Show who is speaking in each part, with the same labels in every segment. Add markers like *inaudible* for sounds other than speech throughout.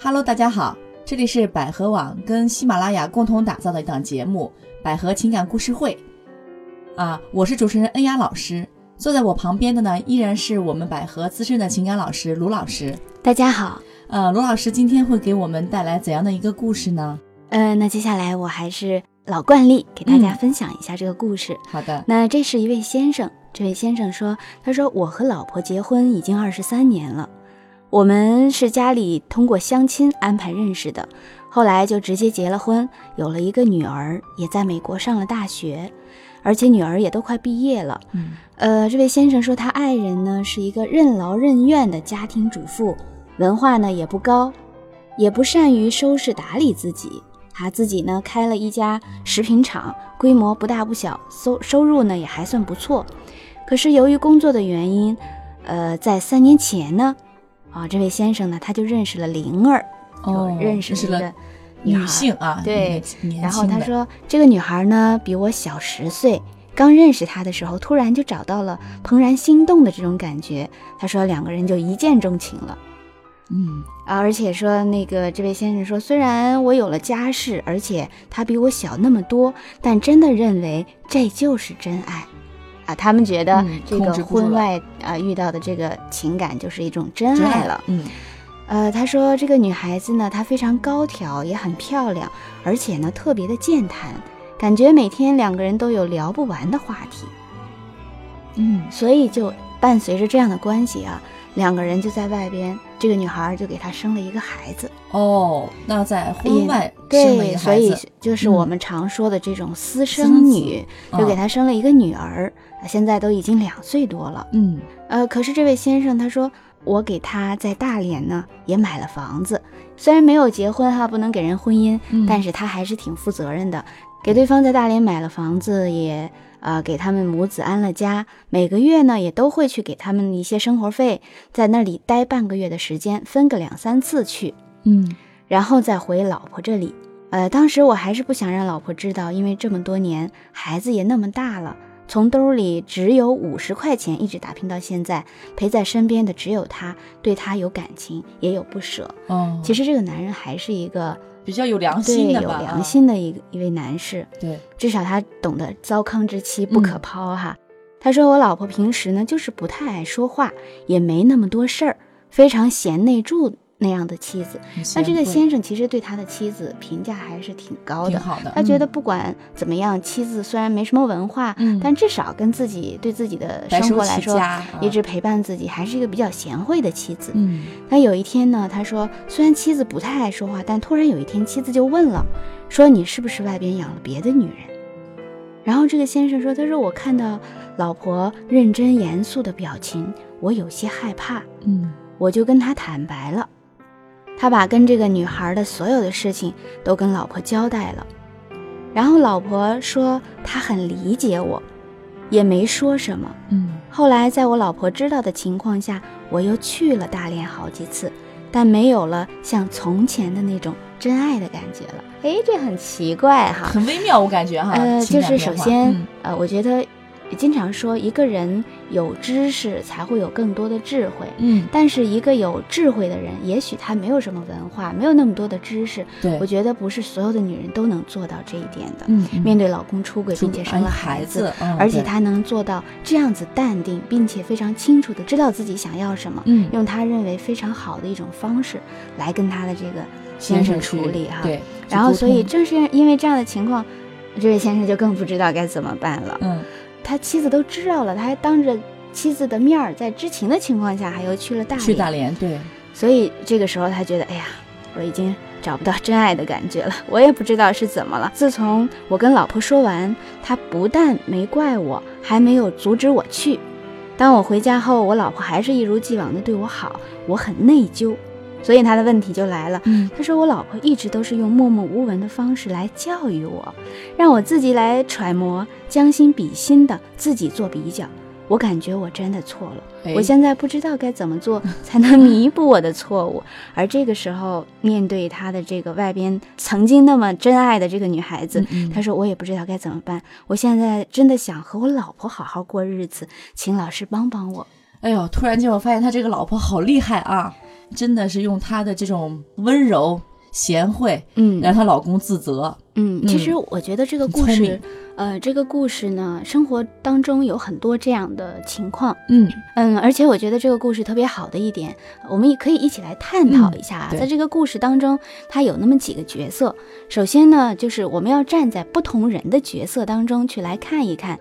Speaker 1: Hello，大家好，这里是百合网跟喜马拉雅共同打造的一档节目《百合情感故事会》啊，我是主持人恩雅老师，坐在我旁边的呢依然是我们百合资深的情感老师卢老师。
Speaker 2: 大家好，
Speaker 1: 呃，卢老师今天会给我们带来怎样的一个故事呢？
Speaker 2: 呃，那接下来我还是老惯例给大家分享一下这个故事。
Speaker 1: 好的，
Speaker 2: 那这是一位先生，这位先生说，他说我和老婆结婚已经二十三年了，我们是家里通过相亲安排认识的，后来就直接结了婚，有了一个女儿，也在美国上了大学，而且女儿也都快毕业了。
Speaker 1: 嗯
Speaker 2: 呃，这位先生说他爱人呢是一个任劳任怨的家庭主妇，文化呢也不高，也不善于收拾打理自己。他自己呢开了一家食品厂，规模不大不小，收收入呢也还算不错。可是由于工作的原因，呃，在三年前呢，啊，这位先生呢他就认识了灵儿，
Speaker 1: 哦，
Speaker 2: 就认识
Speaker 1: 识
Speaker 2: 了一
Speaker 1: 了
Speaker 2: 个女
Speaker 1: 女
Speaker 2: 孩
Speaker 1: 性啊，
Speaker 2: 对
Speaker 1: 年，年
Speaker 2: 然后
Speaker 1: 轻
Speaker 2: 他
Speaker 1: 的
Speaker 2: 说，这个女孩呢比我小十岁，刚认识她的时候，突然就找到了怦然心动的这种感觉。他说两个人就一见钟情了
Speaker 1: 嗯
Speaker 2: 啊，而且说那个这位先生说，虽然我有了家室，而且她比我小那么多，但真的认为这就是真爱。啊，他们觉得
Speaker 1: 嗯
Speaker 2: 这
Speaker 1: 控
Speaker 2: 个
Speaker 1: 制不住
Speaker 2: 婚
Speaker 1: 了
Speaker 2: 外啊、遇到的这个情感就是一种真
Speaker 1: 真
Speaker 2: 爱
Speaker 1: 爱
Speaker 2: 了。，
Speaker 1: 嗯
Speaker 2: 呃，他说这个女孩子呢，她非常高挑，也很漂亮，而且呢特别的健谈，感觉每天两个人都有聊不完的话题，
Speaker 1: 嗯
Speaker 2: 所以就伴随着这样的关系啊，两个人就在外边，这个女孩儿就给他生了一个孩子，
Speaker 1: 哦，那在婚
Speaker 2: 也
Speaker 1: 外生了一
Speaker 2: 哎对，
Speaker 1: 个
Speaker 2: 所
Speaker 1: 孩
Speaker 2: 以
Speaker 1: 子，
Speaker 2: 就是
Speaker 1: 嗯
Speaker 2: 我们常说的这种私
Speaker 1: 生
Speaker 2: 生
Speaker 1: 子
Speaker 2: 女，就给
Speaker 1: 啊
Speaker 2: 他生了一个女儿，现在都已经两岁多了。
Speaker 1: 嗯
Speaker 2: 呃，可是这位先生他说，我给他在大连呢也买了房子，虽然没有结婚哈，不能给人婚姻，
Speaker 1: 嗯
Speaker 2: 但是他还是挺负责任的，给对方在大连买了房子，也呃给他们母子安了家，每个月呢也都会去给他们一些生活费，在那里待半个月的时间，分个两三次去，
Speaker 1: 嗯
Speaker 2: 然后再回老婆这里。呃，当时我还是不想让老婆知道，因为这么多年孩子也那么大了，从兜里只有五十块钱，一直打拼到现在，陪在身边的只有她，对她有感情，也有不舍。
Speaker 1: 哦，
Speaker 2: 其实这个男人还是一个
Speaker 1: 比较有良
Speaker 2: 对
Speaker 1: 心的
Speaker 2: 有
Speaker 1: 吧，啊
Speaker 2: 良心的一个一位男士，
Speaker 1: 对，
Speaker 2: 至少他懂得糟糠之妻不可
Speaker 1: 嗯
Speaker 2: 抛哈。他说我老婆平时呢就是不太爱说话，也没那么多事儿，非常贤内助那样的妻子。那这个
Speaker 1: 先
Speaker 2: 先生其实对他的妻子评价还是挺高
Speaker 1: 挺
Speaker 2: 的，
Speaker 1: 好的，
Speaker 2: 他觉
Speaker 1: 嗯
Speaker 2: 得不管怎么样，妻子虽然没什么文化，
Speaker 1: 嗯
Speaker 2: 但至少跟自己对自己的
Speaker 1: 白
Speaker 2: 生
Speaker 1: 手
Speaker 2: 活来
Speaker 1: 起
Speaker 2: 说，
Speaker 1: 家
Speaker 2: 一
Speaker 1: 啊
Speaker 2: 直陪伴自己，还是一个比较贤惠的妻子。
Speaker 1: 嗯
Speaker 2: 那有一天呢，他说虽然妻子不太爱说话，但突然有一天妻子就问了，说你是不是外边养了别的女人？然后这个先生说，他说我看到老婆认真严肃的表情，我有些害怕。
Speaker 1: 嗯
Speaker 2: 我就跟他坦白了，他把跟这个女孩的所有的事情都跟老婆交代了，然后老婆说她很理解我，也没说什么。
Speaker 1: 嗯
Speaker 2: 后来在我老婆知道的情况下，我又去了大连好几次，但没有了像从前的那种真爱的感觉了。哎，这很奇怪哈。
Speaker 1: 很微妙，我感觉哈，
Speaker 2: 呃，
Speaker 1: 啊情
Speaker 2: 就
Speaker 1: 感
Speaker 2: 是
Speaker 1: 变
Speaker 2: 首
Speaker 1: 化
Speaker 2: 先，
Speaker 1: 嗯
Speaker 2: 呃，我觉得经常说一个人有知识才会有更多的智慧。
Speaker 1: 嗯，
Speaker 2: 但是一个有智慧的人，也许他没有什么文化，没有那么多的知识，
Speaker 1: 对
Speaker 2: 我，觉得不是所有的女人都能做到这一点的。
Speaker 1: 嗯，嗯
Speaker 2: 面对老公出轨，
Speaker 1: 出
Speaker 2: 并且
Speaker 1: 轨
Speaker 2: 生
Speaker 1: 哎
Speaker 2: 了
Speaker 1: 孩
Speaker 2: 孩子，
Speaker 1: 子嗯
Speaker 2: 而且
Speaker 1: 对
Speaker 2: 她能做到这样子淡定，并且非常清楚的知道自己想要什么，
Speaker 1: 嗯
Speaker 2: 用她认为非常好的一种方式来跟她的这个
Speaker 1: 先
Speaker 2: 先
Speaker 1: 生
Speaker 2: 生处
Speaker 1: 去
Speaker 2: 理哈、
Speaker 1: 对，去
Speaker 2: 然后，
Speaker 1: 沟
Speaker 2: 所以
Speaker 1: 通
Speaker 2: 正是因为这样的情况，这位先生就更不知道该怎么办了。
Speaker 1: 嗯
Speaker 2: 他妻子都知道了，他还当着妻子的面儿，在知情的情况下，还又去了大连。
Speaker 1: 去大连，对，
Speaker 2: 所以这个时候他觉得，哎呀，我已经找不到真爱的感觉了， *laughs* 我也不知道是怎么了。自从我跟老婆说完，他不但没怪我，还没有阻止我去。当我回家后，我老婆还是一如既往的对我好，我很内疚。所以他的问题就来了。
Speaker 1: 嗯
Speaker 2: 他说：“我老婆一直都是用默默无闻的方式来教育我，让我自己来揣摩，将心比心的自己做比较。我感觉我真的错了，我
Speaker 1: 哎
Speaker 2: 现在不知道该怎么做 *laughs* 才能弥补我的错误。而这个时候，面对他的这个外边曾经那么真爱的这个女孩子，
Speaker 1: 嗯
Speaker 2: 他说我也不知道该怎么办。我现在真的想和我老婆好好过日子，请老师帮帮我。
Speaker 1: 哎呦，突然间我发现他这个老婆好厉害啊，真的是用她的这种温柔贤惠，
Speaker 2: 嗯
Speaker 1: 让她老公自责。
Speaker 2: 嗯，其
Speaker 1: 嗯
Speaker 2: 实我觉得这个
Speaker 1: 很
Speaker 2: 故
Speaker 1: 聪
Speaker 2: 事
Speaker 1: 明，
Speaker 2: 呃，这个故事呢，生活当中有很多这样的情况。
Speaker 1: 嗯
Speaker 2: 嗯，而且我觉得这个故事特别好的一点，我们也可以一起来探讨一下啊。
Speaker 1: 嗯对
Speaker 2: 在这个故事当中，它有那么几个角色。首先呢，就是我们要站在不同人的角色当中去来看一看。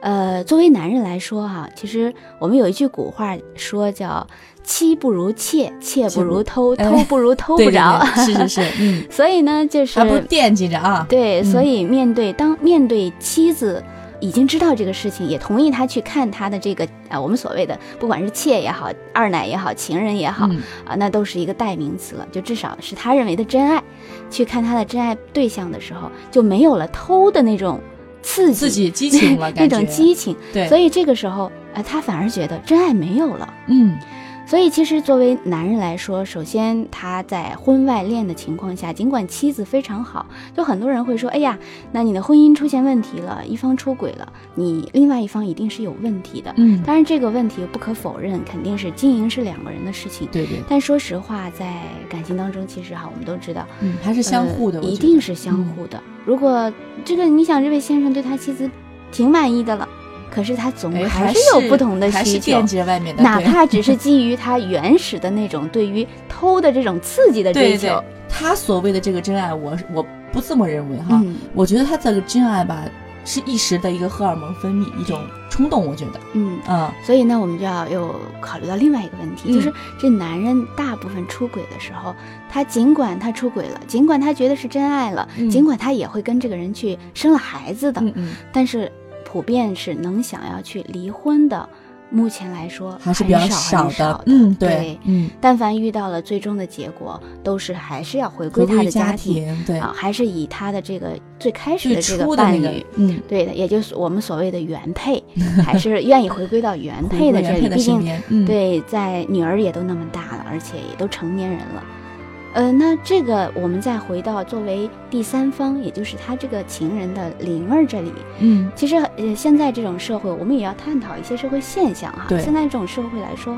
Speaker 2: 呃，作为男人来说哈、其实我们有一句古话说叫“妻不如妾，妾
Speaker 1: 妾
Speaker 2: 不如
Speaker 1: 不
Speaker 2: 偷，
Speaker 1: 哎
Speaker 2: 偷
Speaker 1: *laughs*
Speaker 2: 不如偷
Speaker 1: 对
Speaker 2: 不着” *laughs*
Speaker 1: 对对是是是，嗯，
Speaker 2: 所以呢，就是
Speaker 1: 还不是惦记着啊。
Speaker 2: 对，
Speaker 1: 嗯
Speaker 2: 所以面对当面对妻子已经知道这个事情，也同意他去看他的这个啊，我们所谓的不管是妾也好、二奶也好、情人也好、
Speaker 1: 嗯
Speaker 2: 啊，那都是一个代名词了，就至少是他认为的真爱。去看他的真爱对象的时候，就没有了偷的那种刺激、
Speaker 1: 自己激情了，
Speaker 2: *laughs*
Speaker 1: 感
Speaker 2: 那
Speaker 1: 觉
Speaker 2: 种激情，
Speaker 1: 对，
Speaker 2: 所
Speaker 1: 以
Speaker 2: 以这个时候啊，他反而觉得真爱没有了。
Speaker 1: 嗯
Speaker 2: 所以，其实作为男人来说，首先他在婚外恋的情况下，尽管妻子非常好，就很多人会说：“哎呀，那你的婚姻出现问题了，一方出轨了，你另外一方一定是有问题的。”
Speaker 1: 嗯，
Speaker 2: 当然，这个问题不可否认，肯定是经营是两个人的事情。
Speaker 1: 对对，
Speaker 2: 但说实话，在感情当中，其实哈，我们都知道
Speaker 1: 嗯，还是相互的，
Speaker 2: 呃
Speaker 1: 我觉
Speaker 2: 一
Speaker 1: 得嗯
Speaker 2: 定是相互的。如果这个，你想，这位先生对他妻子挺满意的了，可是他总
Speaker 1: 哎
Speaker 2: 还
Speaker 1: 还
Speaker 2: 是有不同的需求，
Speaker 1: 还是惦记着外面的，
Speaker 2: 哪
Speaker 1: 对
Speaker 2: 怕只是基于他原始的那种对于偷的这种刺激的追
Speaker 1: 对
Speaker 2: 求，
Speaker 1: 对，他所谓的这个真爱，我是我不这么认为哈。
Speaker 2: 嗯
Speaker 1: 我觉得他这个真爱吧，是一时的一个荷尔蒙分泌，一种冲动，我觉得，
Speaker 2: 嗯，
Speaker 1: 嗯
Speaker 2: 所以呢，我们就要有考虑到另外一个问
Speaker 1: 嗯
Speaker 2: 题，就是这男人大部分出轨的时候，他尽管他出轨了，尽管他觉得是真爱了，
Speaker 1: 嗯
Speaker 2: 尽管他也会跟这个人去生了孩子的，
Speaker 1: 嗯嗯，
Speaker 2: 但是普遍是能想要去离婚的，目前来说
Speaker 1: 还是比较
Speaker 2: 很少
Speaker 1: 少
Speaker 2: 很少的，
Speaker 1: 嗯
Speaker 2: 对
Speaker 1: 对，嗯，
Speaker 2: 但凡遇到了最终的结果，都是还是要回归
Speaker 1: 回
Speaker 2: 他
Speaker 1: 归
Speaker 2: 的
Speaker 1: 家
Speaker 2: 庭。
Speaker 1: 庭，对，
Speaker 2: 啊，还是以他的这个最开始
Speaker 1: 最
Speaker 2: 的这个
Speaker 1: 初的
Speaker 2: 伴
Speaker 1: 那
Speaker 2: 侣，
Speaker 1: 个，嗯，
Speaker 2: 对的，也就是我们所谓的原
Speaker 1: *laughs*
Speaker 2: 配，还是愿意回归到原
Speaker 1: 回
Speaker 2: 嗯
Speaker 1: 归
Speaker 2: 配的这
Speaker 1: 原
Speaker 2: 里，
Speaker 1: 配的
Speaker 2: 毕
Speaker 1: 身
Speaker 2: 竟
Speaker 1: 边，嗯，
Speaker 2: 对，在女儿也都那么大了，而且也都成年人了。呃，那这个我们再回到作为第三方，也就是他这个情人的灵儿这里，
Speaker 1: 嗯，
Speaker 2: 其实呃，现在这种社会，我们也要探讨一些社会现象哈。
Speaker 1: 对
Speaker 2: 现在这种社会来说，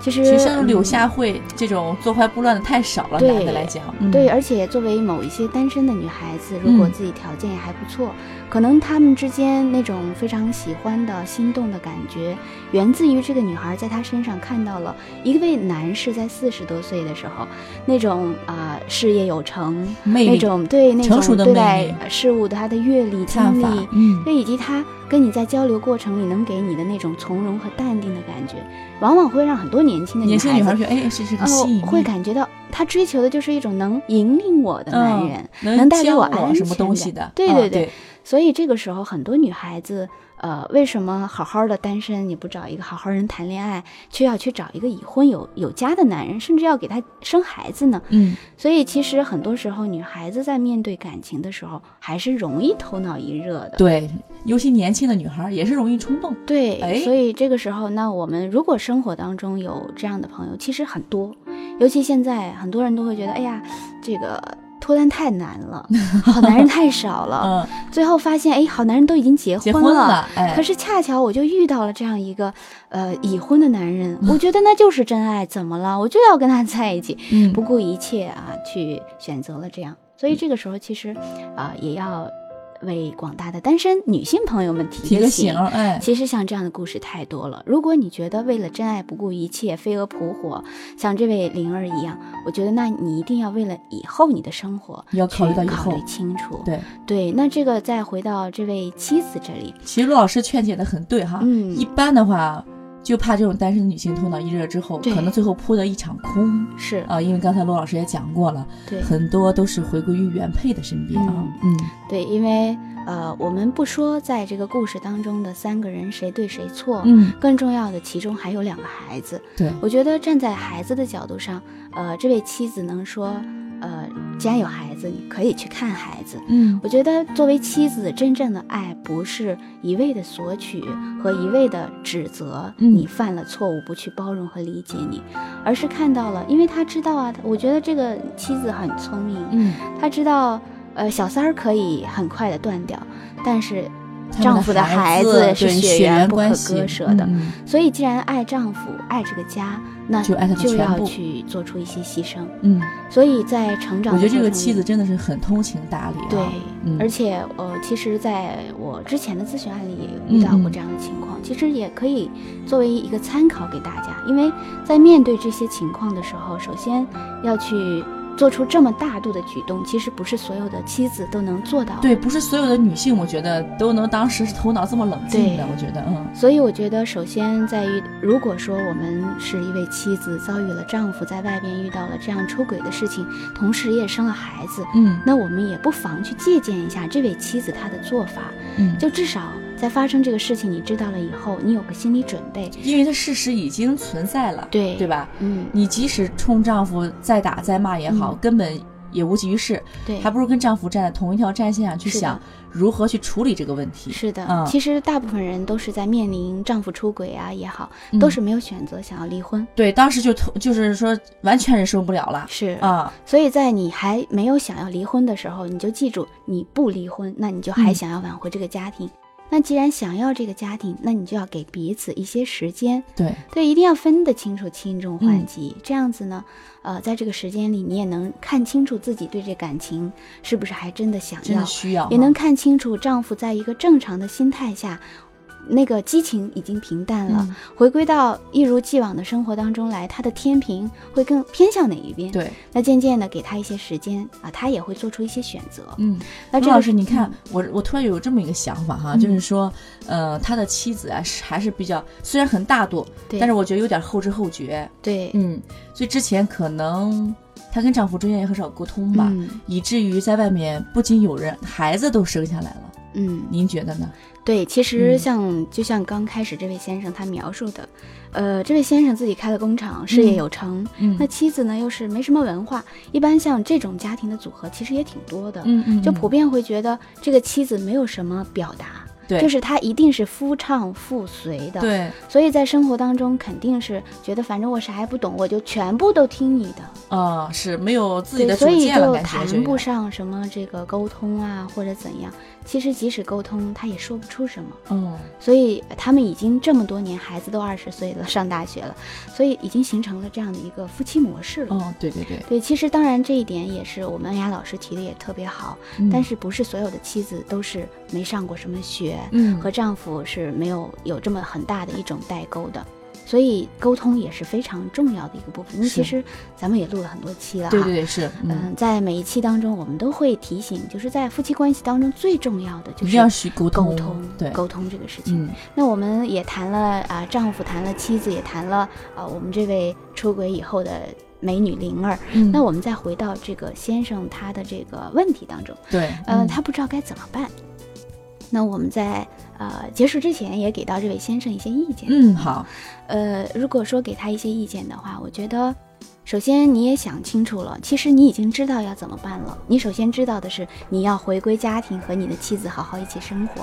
Speaker 2: 其实
Speaker 1: 其实像柳
Speaker 2: 嗯
Speaker 1: 下惠这种做坏不乱的太少了，
Speaker 2: 对
Speaker 1: 男的来讲，嗯
Speaker 2: 对，，而且作为某一些单身的女孩子，如果
Speaker 1: 嗯
Speaker 2: 自己条件也还不错，可能她们之间那种非常喜欢的心动的感觉，源自于这个女孩在她身上看到了一位男士在四十多岁的时候那种啊、事业有成，
Speaker 1: 嗯魅
Speaker 2: 那
Speaker 1: 力、
Speaker 2: 种对那
Speaker 1: 成熟
Speaker 2: 种
Speaker 1: 的
Speaker 2: 对
Speaker 1: 魅
Speaker 2: 待
Speaker 1: 力
Speaker 2: 呃事物的她的阅历、经
Speaker 1: 看法
Speaker 2: 历，，
Speaker 1: 嗯，
Speaker 2: 对，以及他跟你在交流过程里能给你的那种从容和淡定的感觉，往往会让很多年轻的
Speaker 1: 年轻的女
Speaker 2: 孩
Speaker 1: 孩
Speaker 2: 子
Speaker 1: 觉得，哎，这是个吸引
Speaker 2: 哦，
Speaker 1: 力，
Speaker 2: 会感觉到他追求的就是一种能引领我的男人。
Speaker 1: 嗯
Speaker 2: 能带给
Speaker 1: 教
Speaker 2: 我
Speaker 1: 我
Speaker 2: 安
Speaker 1: 什么
Speaker 2: 全
Speaker 1: 东
Speaker 2: 感
Speaker 1: 西的，
Speaker 2: 对
Speaker 1: 啊
Speaker 2: 对对
Speaker 1: 对，
Speaker 2: 所以这个时候，很多女孩子，呃，为什么好好的单身你不找一个好好人谈恋爱，却要去找一个已婚有有家的男人，甚至要给他生孩子呢？
Speaker 1: 嗯，
Speaker 2: 所以其实很多时候，女孩子在面对感情的时候，还是容易头脑一热的。
Speaker 1: 对，尤其年轻的女孩儿也是容易冲动，
Speaker 2: 对，
Speaker 1: 哎
Speaker 2: 所以这个时候，那我们如果生活当中有这样的朋友，其实很多，尤其现在很多人都会觉得，哎呀，这个脱单太难了，好男人太少了。
Speaker 1: 嗯，
Speaker 2: 最后发现，哎，好男人都已经结
Speaker 1: 结
Speaker 2: 婚
Speaker 1: 婚了，哎，
Speaker 2: 可是恰巧我就遇到了这样一个，呃，已婚的男人，我觉得那就是真爱，怎么了？我就要跟他在一起，
Speaker 1: 嗯，
Speaker 2: 不顾一切啊，去选择了这样。所以这个时候，其实，啊、也要为广大的单身女性朋友们提
Speaker 1: 提
Speaker 2: 个
Speaker 1: 个醒儿，哎，
Speaker 2: 其实像这样的故事太多了。如果你觉得为了真爱不顾一切、飞蛾扑火，像这位灵儿一样，我觉得那你一定要为了以后你的生活
Speaker 1: 要考虑
Speaker 2: 去
Speaker 1: 到以
Speaker 2: 考
Speaker 1: 后
Speaker 2: 虑清楚。
Speaker 1: 对，
Speaker 2: 对那这个再回到这位妻子这里，
Speaker 1: 其实陆老师劝解的很对哈，
Speaker 2: 嗯
Speaker 1: 啊一般的话。就怕这种单身的女性头脑一热之后，
Speaker 2: 对
Speaker 1: 可能最后扑得一场空
Speaker 2: 是
Speaker 1: 啊！因为刚才陆老师也讲过了，
Speaker 2: 对
Speaker 1: 很多都是回归于原配的身边啊。嗯，
Speaker 2: 对，因为呃，我们不说在这个故事当中的三个人谁对谁错，
Speaker 1: 嗯，
Speaker 2: 更重要的，其中还有两个孩子。
Speaker 1: 对
Speaker 2: 我觉得站在孩子的角度上，呃，这位妻子能说，呃，既然有孩子，你可以去看孩子。
Speaker 1: 嗯，
Speaker 2: 我觉得作为妻子，真正的爱不是一味的索取和一味的指责
Speaker 1: 嗯
Speaker 2: 你犯了错误不去包容和理解你，而是看到了，因为他知道啊，我觉得这个妻子很聪明，
Speaker 1: 嗯，
Speaker 2: 他知道，呃，小三儿可以很快的断掉，但是
Speaker 1: 他们
Speaker 2: 丈夫的
Speaker 1: 孩
Speaker 2: 孩子是
Speaker 1: 对
Speaker 2: 血
Speaker 1: 缘
Speaker 2: 缘不可
Speaker 1: 关系
Speaker 2: 割舍的，
Speaker 1: 嗯
Speaker 2: 所以既然爱丈夫、爱这个家，那
Speaker 1: 就爱他的
Speaker 2: 就
Speaker 1: 全
Speaker 2: 要
Speaker 1: 部
Speaker 2: 去做出一些牺牲。
Speaker 1: 嗯，
Speaker 2: 所以在成长
Speaker 1: 我
Speaker 2: 的过程
Speaker 1: 觉得
Speaker 2: 里，
Speaker 1: 这个妻子真的是很通情达理、啊，
Speaker 2: 对，
Speaker 1: 嗯
Speaker 2: 而且呃，其实在我之前的咨询案例也遇到
Speaker 1: 嗯
Speaker 2: 过
Speaker 1: 嗯
Speaker 2: 这样的情况，其实也可以作为一个参考给大家，因为在面对这些情况的时候，首先要去做出这么大度的举动，其实不是所有的妻子都能做到的。
Speaker 1: 对，不是所有的女性，我觉得都能当时头脑这么冷静的，
Speaker 2: 对
Speaker 1: 我觉得，嗯
Speaker 2: 所以我觉得，首先在于，如果说我们是一位妻子遭遇了丈夫在外边遇到了这样出轨的事情，同时也生了孩子，
Speaker 1: 嗯
Speaker 2: 那我们也不妨去借鉴一下这位妻子她的做法，
Speaker 1: 嗯，
Speaker 2: 就至少在发生这个事情你知道了以后，你有个心理准备。
Speaker 1: 因为它事实已经存在了，
Speaker 2: 对
Speaker 1: 对吧？
Speaker 2: 嗯，
Speaker 1: 你即使冲丈夫再打再骂也好，
Speaker 2: 嗯
Speaker 1: 根本也无济于事，
Speaker 2: 对，
Speaker 1: 还不如跟丈夫站在同一条战线上去
Speaker 2: 是的
Speaker 1: 想如何去处理这个问题。
Speaker 2: 是的，
Speaker 1: 嗯
Speaker 2: 其实大部分人都是在面临丈夫出轨啊也好，都
Speaker 1: 嗯
Speaker 2: 是没有选择想要离婚。
Speaker 1: 对，当时就头就是说完全忍受不了了
Speaker 2: 是，
Speaker 1: 啊，
Speaker 2: 嗯所以在你还没有想要离婚的时候，你就记住，你不离婚，那你就还
Speaker 1: 嗯
Speaker 2: 想要挽回这个家庭。那既然想要这个家庭，那你就要给彼此一些时间，
Speaker 1: 对，
Speaker 2: 对，一定要分得清楚轻重
Speaker 1: 嗯
Speaker 2: 缓急。这样子呢，呃，在这个时间里，你也能看清楚自己对这感情是不是还真的想
Speaker 1: 真
Speaker 2: 要
Speaker 1: 的，需要
Speaker 2: 也
Speaker 1: 哈
Speaker 2: 能看清楚丈夫在一个正常的心态下，那个激情已经平淡了，
Speaker 1: 嗯
Speaker 2: 回归到一如既往的生活当中来，他的天平会更偏向哪一边？
Speaker 1: 嗯对，
Speaker 2: 那渐渐的给他一些时间啊，他也会做出一些选择。
Speaker 1: 嗯。
Speaker 2: 那
Speaker 1: 朱
Speaker 2: 这嗯
Speaker 1: 老
Speaker 2: 个
Speaker 1: 师，你看，我我突然有这么一个想法哈，
Speaker 2: 嗯
Speaker 1: 就是说，呃，他的妻子啊是还是比较虽然很大度，
Speaker 2: 对
Speaker 1: 但是我觉得有点后知后觉，
Speaker 2: 对，
Speaker 1: 嗯，所以之前可能她跟丈夫之间也很少沟通吧，
Speaker 2: 嗯
Speaker 1: 以至于在外面不仅有人，孩子都生下来了，
Speaker 2: 嗯，
Speaker 1: 您觉得呢？
Speaker 2: 对，其
Speaker 1: 嗯
Speaker 2: 实像、就像刚开始这位先生他描述的，呃，这位先生自己开了工厂，事业有成，
Speaker 1: 嗯
Speaker 2: 那妻子呢又是没什么文化，一般像这种家庭的组合其实也挺多的，
Speaker 1: 嗯嗯，
Speaker 2: 就普遍会觉得这个妻子没有什么表达。
Speaker 1: 对
Speaker 2: 就是她一定是夫唱妇随的，，
Speaker 1: 对，
Speaker 2: 所以在生活当中肯定是觉得反正我啥也不懂，我就全部都听你的，
Speaker 1: 啊、是没有自己
Speaker 2: 对，
Speaker 1: 的主
Speaker 2: 所以
Speaker 1: 见了，
Speaker 2: 就
Speaker 1: 感觉就
Speaker 2: 谈
Speaker 1: 有
Speaker 2: 不
Speaker 1: 点
Speaker 2: 上什么这个沟通啊或者怎样。其实即使沟通，他也说不出什么。
Speaker 1: 嗯，
Speaker 2: 所以他们已经这么多年，孩子都二十岁了，上大学了，所以已经形成了这样的一个夫妻模式了。
Speaker 1: 哦，对对对，
Speaker 2: 对，其实当然这一点也是我们恩雅老师提的也特别好，
Speaker 1: 嗯
Speaker 2: 但是不是所有的妻子都是没上过什么学，
Speaker 1: 嗯
Speaker 2: 和丈夫是没有有这么很大的一种代沟的，所以沟通也是非常重要的一个部分。因为
Speaker 1: 是
Speaker 2: 其实咱们也录了很多期了哈，
Speaker 1: 对对对是，嗯，
Speaker 2: 嗯，在每一期当中，我们都会提醒，就是在夫妻关系当中最重要的就
Speaker 1: 一
Speaker 2: 是
Speaker 1: 定要去沟
Speaker 2: 沟
Speaker 1: 通，
Speaker 2: 通，
Speaker 1: 对，
Speaker 2: 沟通这个事情。
Speaker 1: 嗯
Speaker 2: 那我们也谈了啊、丈夫谈了妻子，也谈了啊、我们这位出轨以后的美女灵儿。
Speaker 1: 嗯，
Speaker 2: 那我们再回到这个先生他的这个问题当中，
Speaker 1: 对，
Speaker 2: 呃，
Speaker 1: 嗯
Speaker 2: 他不知道该怎么办。那我们在呃结束之前，也给到这位先生一些意见。
Speaker 1: 嗯好，
Speaker 2: 呃，如果说给他一些意见的话，我觉得，首先你也想清楚了，其实你已经知道要怎么办了。你首先知道的是，你要回归家庭，和你的妻子好好一起生活。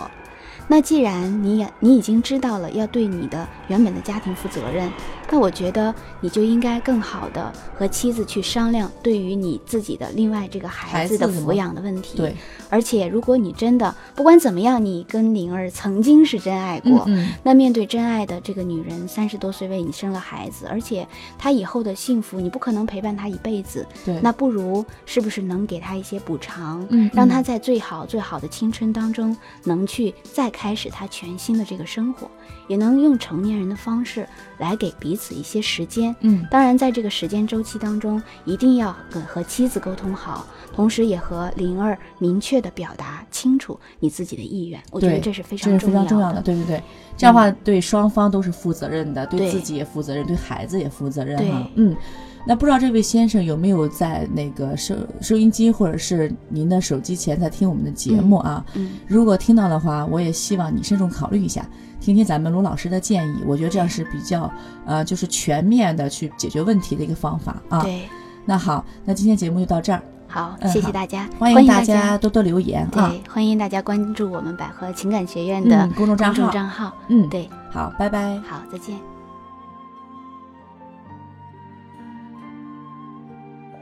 Speaker 2: 那既然你也你已经知道了要对你的原本的家庭负责任，那我觉得你就应该更好的和妻子去商量对于你自己的另外这个
Speaker 1: 孩
Speaker 2: 孩子
Speaker 1: 子
Speaker 2: 的
Speaker 1: 怎么
Speaker 2: 抚养的问题。
Speaker 1: 嗯对，
Speaker 2: 而且如果你真的不管怎么样，你跟灵儿曾经是真爱过，
Speaker 1: 嗯
Speaker 2: 那面对真爱的这个女人，三十多岁为你生了孩子，而且她以后的幸福，你不可能陪伴她一辈子，
Speaker 1: 对，
Speaker 2: 那不如是不是能给她一些补偿，
Speaker 1: 嗯
Speaker 2: 让
Speaker 1: 嗯
Speaker 2: 她在最好最好的青春当中，能去再开始她全新的这个生活，也能用成年人的方式来给彼此一些时间。
Speaker 1: 嗯
Speaker 2: 当然，在这个时间周期当中，一定要跟和妻子沟通好，同时也和灵儿明确的表达清楚你自己的意愿。我觉得
Speaker 1: 对
Speaker 2: 这是非
Speaker 1: 这
Speaker 2: 常
Speaker 1: 是非
Speaker 2: 重
Speaker 1: 常
Speaker 2: 要的。嗯
Speaker 1: 重要的，对对对，这样的话对双方都是负责任的，对
Speaker 2: 对
Speaker 1: 自己也负责任，对孩子也负责任
Speaker 2: 对
Speaker 1: 哈。嗯，那不知道这位先生有没有在那个收收音机或者是您的手机前在听我们的节目啊？
Speaker 2: 嗯。
Speaker 1: 如果听到的话，我也希望你慎重考虑一下，听听咱们卢老师的建议，我觉得这样是比较呃，就是全面的去解决问题的一个方法啊。
Speaker 2: 对，
Speaker 1: 那好，那今天节目就到这儿，
Speaker 2: 好，
Speaker 1: 嗯
Speaker 2: 谢
Speaker 1: 好
Speaker 2: 谢大家，
Speaker 1: 欢
Speaker 2: 迎
Speaker 1: 迎大
Speaker 2: 家
Speaker 1: 家。多多留言啊，
Speaker 2: 对，欢迎大家关注我们百合情感学院的
Speaker 1: 嗯，公众账
Speaker 2: 公众
Speaker 1: 号，
Speaker 2: 账号。
Speaker 1: 嗯，
Speaker 2: 对，
Speaker 1: 好，拜拜。
Speaker 2: 好，再见。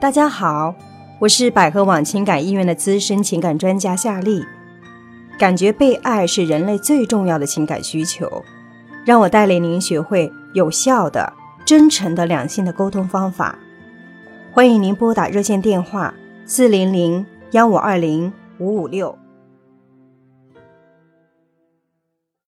Speaker 3: 大家好，我是百合网情感医院的资深情感专家夏丽。感觉被爱是人类最重要的情感需求。让我带领您学会有效的、真诚的、两性的沟通方法。欢迎您拨打热线电话四零零幺五二零五五六。